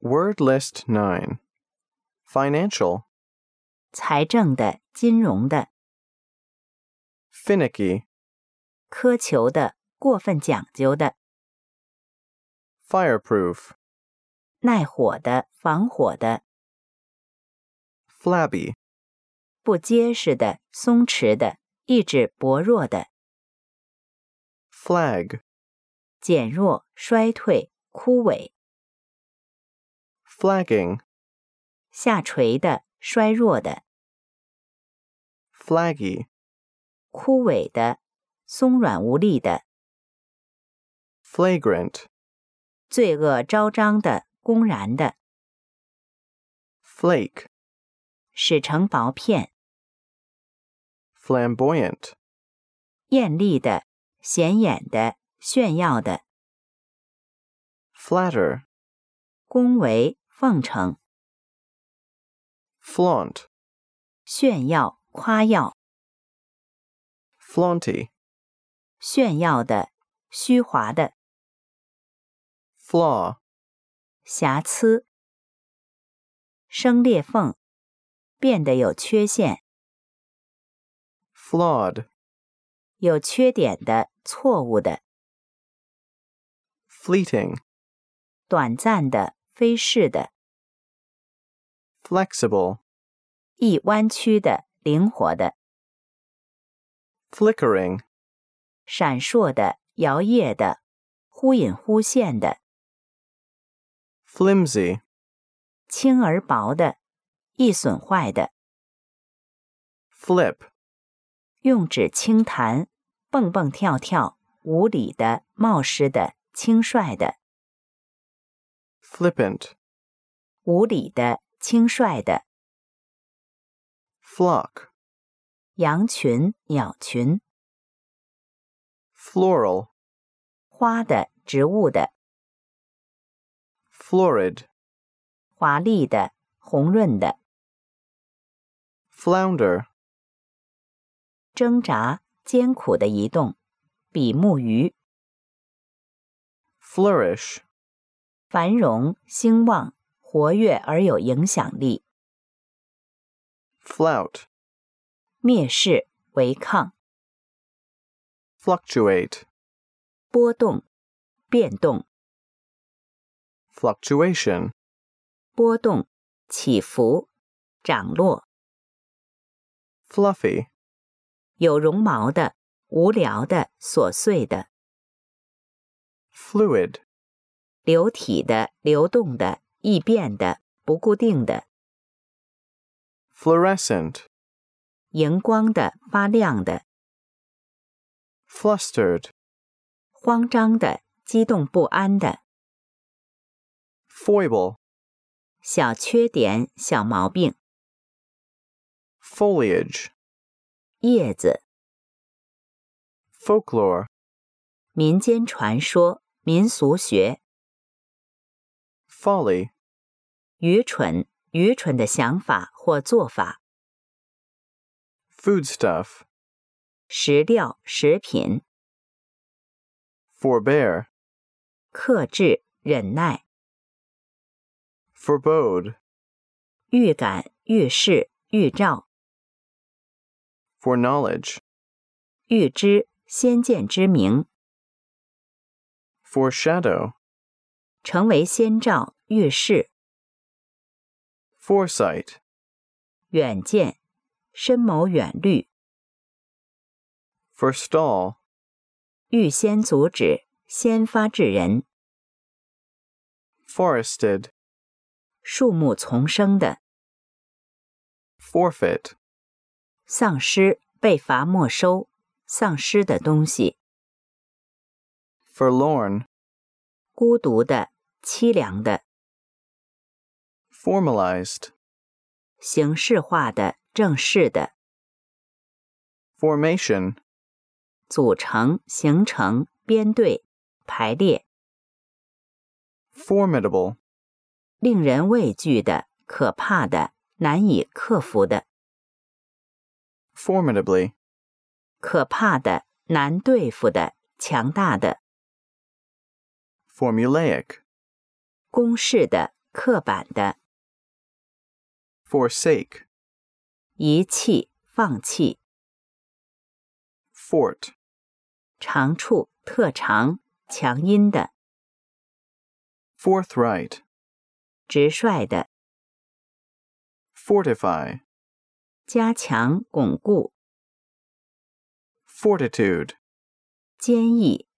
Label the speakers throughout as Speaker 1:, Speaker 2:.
Speaker 1: Word list 9 Financial,
Speaker 2: 财政的、金融的、
Speaker 1: finicky,
Speaker 2: 苛求的、过分讲究的、
Speaker 1: fireproof,
Speaker 2: 耐火的、防火的、
Speaker 1: flabby,
Speaker 2: 不结实的、松弛的、意志薄弱的、
Speaker 1: flag,
Speaker 2: 减弱、衰退、枯萎、
Speaker 1: flagging,
Speaker 2: 下垂的、衰弱的、
Speaker 1: flaggy,
Speaker 2: 枯萎的、松软无力的、
Speaker 1: flagrant,
Speaker 2: 罪恶昭彰的、公然的，
Speaker 1: flake,
Speaker 2: 使成薄片、
Speaker 1: flamboyant,
Speaker 2: 艳丽的、显眼的、炫耀的、
Speaker 1: flatter,
Speaker 2: 恭维、奉承、
Speaker 1: flaunt,
Speaker 2: 炫耀、夸耀。
Speaker 1: flaunty,
Speaker 2: 炫耀的、虚华的、
Speaker 1: flaw,
Speaker 2: 瑕疵、生裂缝，变得有缺陷、
Speaker 1: flawed,
Speaker 2: 有缺点的、错误的、
Speaker 1: fleeting,
Speaker 2: 短暂的、飞逝的、
Speaker 1: flexible,
Speaker 2: 易弯曲的、灵活的、
Speaker 1: flickering,
Speaker 2: 闪烁的、摇曳的、忽隐忽现的、
Speaker 1: flimsy,
Speaker 2: 轻而薄的、易损坏的，
Speaker 1: flip,
Speaker 2: 用纸轻弹，蹦蹦跳跳，无理的、冒失的、轻率的。
Speaker 1: flippant,
Speaker 2: 无理的、轻率的、
Speaker 1: flock,
Speaker 2: 羊群、鸟群、
Speaker 1: floral,
Speaker 2: 花的、植物的、
Speaker 1: florid,
Speaker 2: 华丽的、红润的、
Speaker 1: flounder,
Speaker 2: 挣扎、艰苦的移动、比目鱼、
Speaker 1: flourish,
Speaker 2: 繁荣、兴旺、活跃而有影响力、
Speaker 1: flout,
Speaker 2: 蔑视、违抗、
Speaker 1: fluctuate,
Speaker 2: 波动、变动、
Speaker 1: fluctuation,
Speaker 2: 波动、起伏、涨落、
Speaker 1: fluffy,
Speaker 2: 有绒毛的、无聊的、琐碎的、
Speaker 1: fluid,
Speaker 2: 流体的、流动的、易变的、不固定的。
Speaker 1: fluorescent,
Speaker 2: 荧光的、发亮的、
Speaker 1: flustered,
Speaker 2: 慌张的、激动不安的、
Speaker 1: foible,
Speaker 2: 小缺点、小毛病、
Speaker 1: foliage,
Speaker 2: 叶子、
Speaker 1: folklore,
Speaker 2: 民间传说、民俗学、
Speaker 1: folly,
Speaker 2: 愚蠢、愚蠢的想法或做法、
Speaker 1: foodstuff,
Speaker 2: 食料、食品、
Speaker 1: forbear,
Speaker 2: 克制、忍耐、
Speaker 1: forebode,
Speaker 2: 预感、预示、预兆、
Speaker 1: foreknowledge,
Speaker 2: 预知、先见之明，
Speaker 1: foreshadow,
Speaker 2: 成为先兆、预示、
Speaker 1: foresight,
Speaker 2: 远见、深谋远虑、
Speaker 1: forestall,
Speaker 2: 预先阻止、先发制人。
Speaker 1: forested,
Speaker 2: 树木丛生的，
Speaker 1: forfeit,
Speaker 2: 丧失、被罚没收、丧失的东西，
Speaker 1: forlorn,
Speaker 2: 孤独的、凄凉的、
Speaker 1: formalized,
Speaker 2: 形式化的、正式的、
Speaker 1: formation,
Speaker 2: 组成、形成、编队、排列，
Speaker 1: formidable,
Speaker 2: 令人畏惧的、可怕的、难以克服的、
Speaker 1: formidably,
Speaker 2: 可怕的、难对付的、强大的、
Speaker 1: formulaic,
Speaker 2: 公式的、刻板的，
Speaker 1: forsake,
Speaker 2: 遗弃、放弃，
Speaker 1: fort,
Speaker 2: 长处、特长、强音的，
Speaker 1: forthright,
Speaker 2: 直率的，
Speaker 1: fortify,
Speaker 2: 加强、巩固，
Speaker 1: fortitude,
Speaker 2: 坚毅、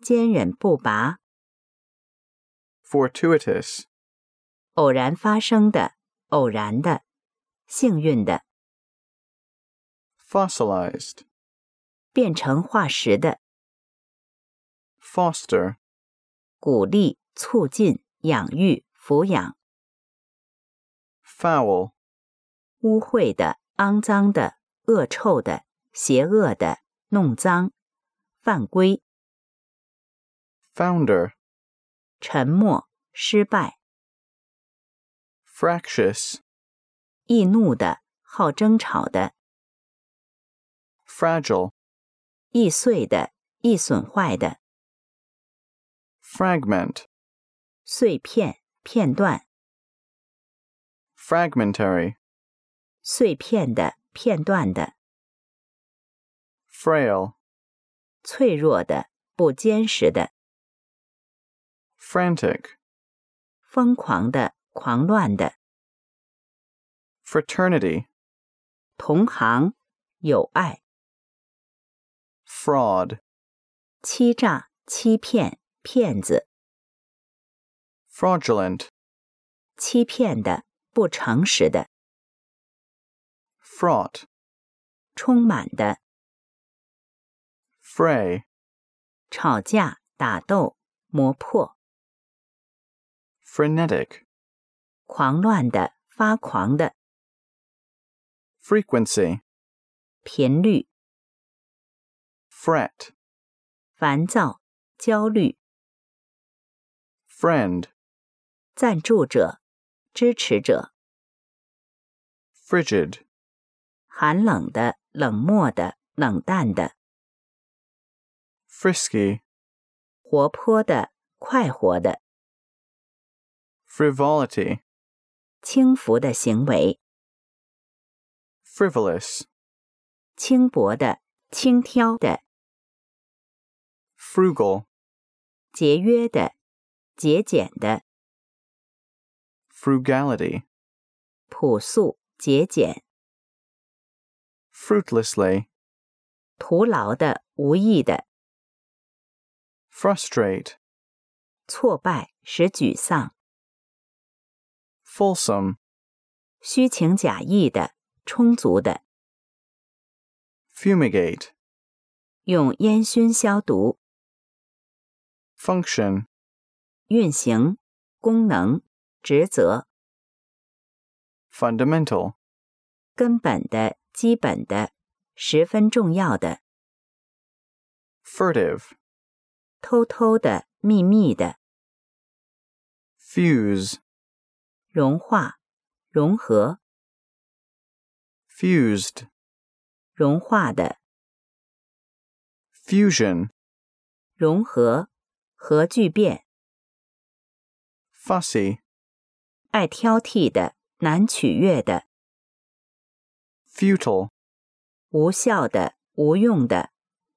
Speaker 2: 坚韧不拔，
Speaker 1: fortuitous,
Speaker 2: 偶然发生的、偶然的、幸运的、
Speaker 1: fossilized,
Speaker 2: 变成化石的、
Speaker 1: foster,
Speaker 2: 鼓励、促进、养育、抚养、
Speaker 1: foul,
Speaker 2: 污秽的、肮脏的、恶臭的、邪恶的、弄脏、犯规、
Speaker 1: founder,
Speaker 2: 沉默、失败、
Speaker 1: fractious,
Speaker 2: 易怒的、好争吵的、
Speaker 1: fragile,
Speaker 2: 易碎的、易损坏的、
Speaker 1: fragment,
Speaker 2: 碎片、片段、
Speaker 1: fragmentary,
Speaker 2: 碎片的、片段的、
Speaker 1: frail,
Speaker 2: 脆弱的、不坚实的、
Speaker 1: frantic,
Speaker 2: 疯狂的、狂乱的、
Speaker 1: fraternity,
Speaker 2: 同行、友爱、
Speaker 1: fraud,
Speaker 2: 欺诈、欺骗、骗子、
Speaker 1: fraudulent,
Speaker 2: 欺骗的、不诚实的、
Speaker 1: fraught,
Speaker 2: 充满的、
Speaker 1: fray,
Speaker 2: 吵架、打斗、磨破、
Speaker 1: frenetic,
Speaker 2: 狂乱的、发狂的
Speaker 1: frequency,
Speaker 2: 频率、
Speaker 1: fret,
Speaker 2: 烦躁、焦虑、
Speaker 1: friend,
Speaker 2: 赞助者、支持者、
Speaker 1: frigid,
Speaker 2: 寒冷的、冷漠的、冷淡的、
Speaker 1: frisky,
Speaker 2: 活泼的、快活的、
Speaker 1: frivolity,
Speaker 2: 轻浮的行为、
Speaker 1: frivolous,
Speaker 2: 轻薄的、轻佻的、
Speaker 1: frugal,
Speaker 2: 节约的、节俭的、
Speaker 1: frugality,
Speaker 2: 朴素、节俭、
Speaker 1: fruitlessly,
Speaker 2: 徒劳的、无益的、
Speaker 1: frustrate,
Speaker 2: 挫败使沮丧、
Speaker 1: fulsome,
Speaker 2: 虚情假意的、充足的。
Speaker 1: fumigate,
Speaker 2: 用烟熏消毒、
Speaker 1: function,
Speaker 2: 运行、功能、职责、
Speaker 1: fundamental,
Speaker 2: 根本的、基本的、十分重要的、
Speaker 1: furtive,
Speaker 2: 偷偷的、秘密的、
Speaker 1: fuse,
Speaker 2: 融化、融合、
Speaker 1: fused,
Speaker 2: 融化的、
Speaker 1: fusion,
Speaker 2: 融合、核聚变、
Speaker 1: fussy,
Speaker 2: 爱挑剔的、难取悦的、
Speaker 1: futile,
Speaker 2: 无效的、无用的、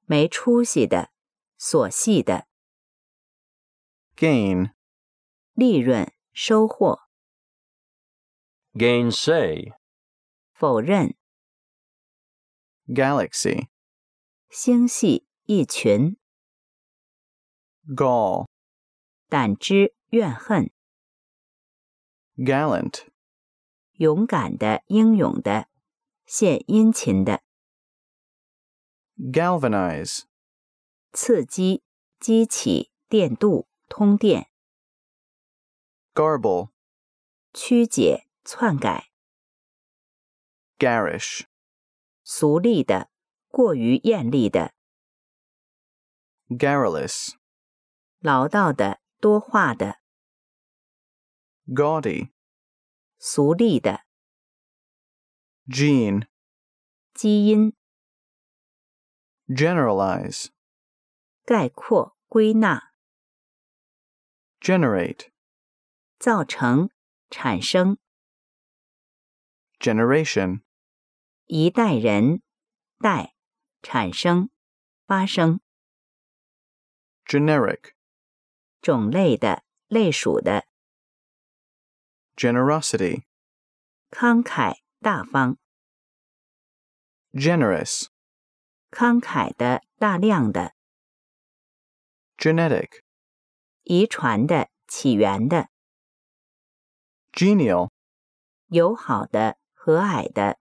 Speaker 2: 没出息的、琐细的、
Speaker 1: gain,
Speaker 2: 利润、收获、
Speaker 3: gainsay,
Speaker 2: 否认、
Speaker 1: galaxy,
Speaker 2: 星系、一群、
Speaker 1: gall,
Speaker 2: 胆汁、怨恨。
Speaker 1: gallant,
Speaker 2: 勇敢的、英勇的、献殷勤的、
Speaker 1: galvanize,
Speaker 2: 刺激、激起、电镀、通电、
Speaker 1: garble,
Speaker 2: 曲解、篡改、
Speaker 1: garish,
Speaker 2: 俗丽的、过于艳丽的、
Speaker 1: garrulous,
Speaker 2: 唠叨的、多话的、
Speaker 1: gaudy,
Speaker 2: 俗丽的、
Speaker 1: gene,
Speaker 2: 基因、
Speaker 1: generalize,
Speaker 2: 概括、归纳、
Speaker 1: generate,
Speaker 2: 造成、产生
Speaker 1: generation,
Speaker 2: 一代人，代产生发生
Speaker 1: generic,
Speaker 2: 种类的类属的
Speaker 1: generosity,
Speaker 2: 慷慨大方，
Speaker 1: generous,
Speaker 2: 慷慨的大量的
Speaker 1: genetic,
Speaker 2: 遗传的起源的
Speaker 1: genial,
Speaker 2: 友好的和蔼的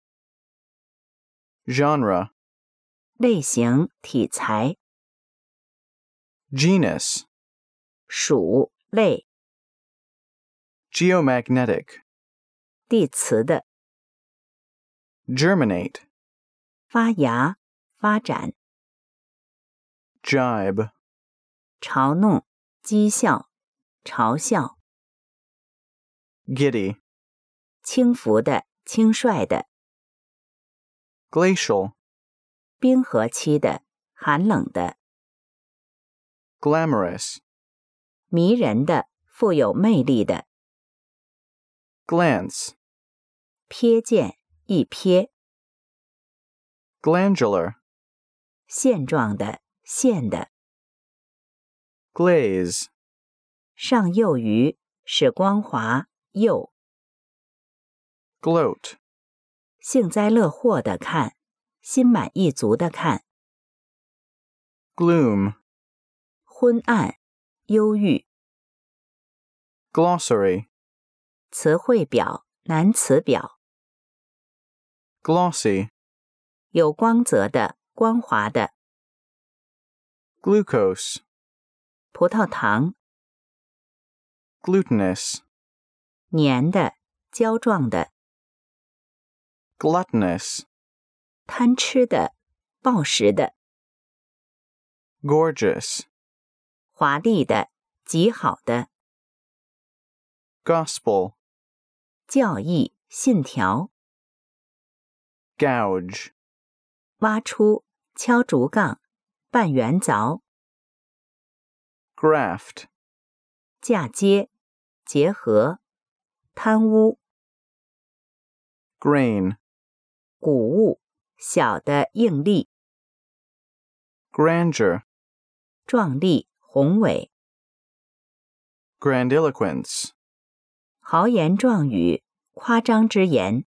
Speaker 1: genre,
Speaker 2: 类型题材
Speaker 1: genus,
Speaker 2: 属类
Speaker 1: geomagnetic,
Speaker 2: 地磁的
Speaker 1: germinate,
Speaker 2: 发芽发展
Speaker 1: jibe,
Speaker 2: 嘲弄讥笑嘲笑
Speaker 1: giddy,
Speaker 2: 轻浮的轻率的
Speaker 1: glacial,
Speaker 2: 冰河期的寒冷的
Speaker 1: glamorous,
Speaker 2: 迷人的富有魅力的
Speaker 1: glance,
Speaker 2: 瞥见一瞥
Speaker 1: glandular,
Speaker 2: 现状的现的
Speaker 1: glaze,
Speaker 2: 上釉鱼使光滑釉
Speaker 1: gloat,
Speaker 2: 幸灾乐祸的看，心满意足的看，
Speaker 1: gloom,
Speaker 2: 昏暗、忧郁。
Speaker 1: glossary,
Speaker 2: 词汇表、难词表，
Speaker 1: glossy,
Speaker 2: 有光泽的、光滑的
Speaker 1: glucose,
Speaker 2: 葡萄糖，
Speaker 1: glutinous,
Speaker 2: 粘的、胶状的、
Speaker 1: gluttonous,
Speaker 2: 贪吃的、暴食的、
Speaker 1: gorgeous,
Speaker 2: 华丽的、极好的、
Speaker 1: gospel,
Speaker 2: 教义、信条，
Speaker 1: gouge,
Speaker 2: 挖出、敲竹杠、半圆凿、
Speaker 1: graft,
Speaker 2: 嫁接、结合、贪污。
Speaker 1: grain,
Speaker 2: 谷物、小的硬粒、
Speaker 1: grandeur,
Speaker 2: 壮丽、宏伟、
Speaker 1: grandiloquence,
Speaker 2: 豪言壮语、夸张之言、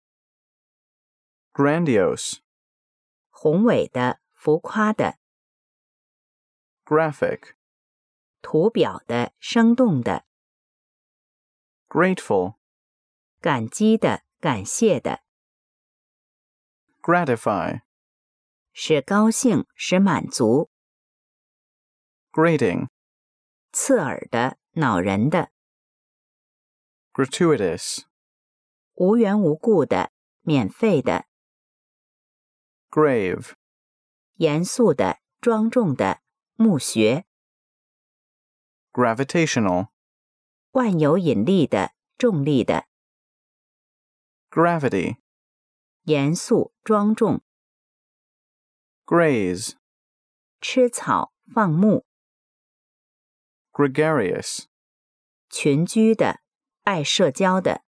Speaker 1: grandiose,
Speaker 2: 宏伟的、浮夸的、
Speaker 1: graphic,
Speaker 2: 图表的、生动的、
Speaker 1: grateful,
Speaker 2: 感激的、感谢的，
Speaker 1: gratify,
Speaker 2: 使高兴，使满足，
Speaker 1: grating,
Speaker 2: 刺耳的、恼人的、
Speaker 1: gratuitous,
Speaker 2: 无缘无故的、免费的、
Speaker 1: grave,
Speaker 2: 严肃的、庄重的、墓穴、
Speaker 1: gravitational,
Speaker 2: 万有引力的、重力的、
Speaker 1: gravity,
Speaker 2: 严肃、庄重、
Speaker 1: graze,
Speaker 2: 吃草、放牧。
Speaker 1: gregarious,
Speaker 2: 群居的、爱社交的、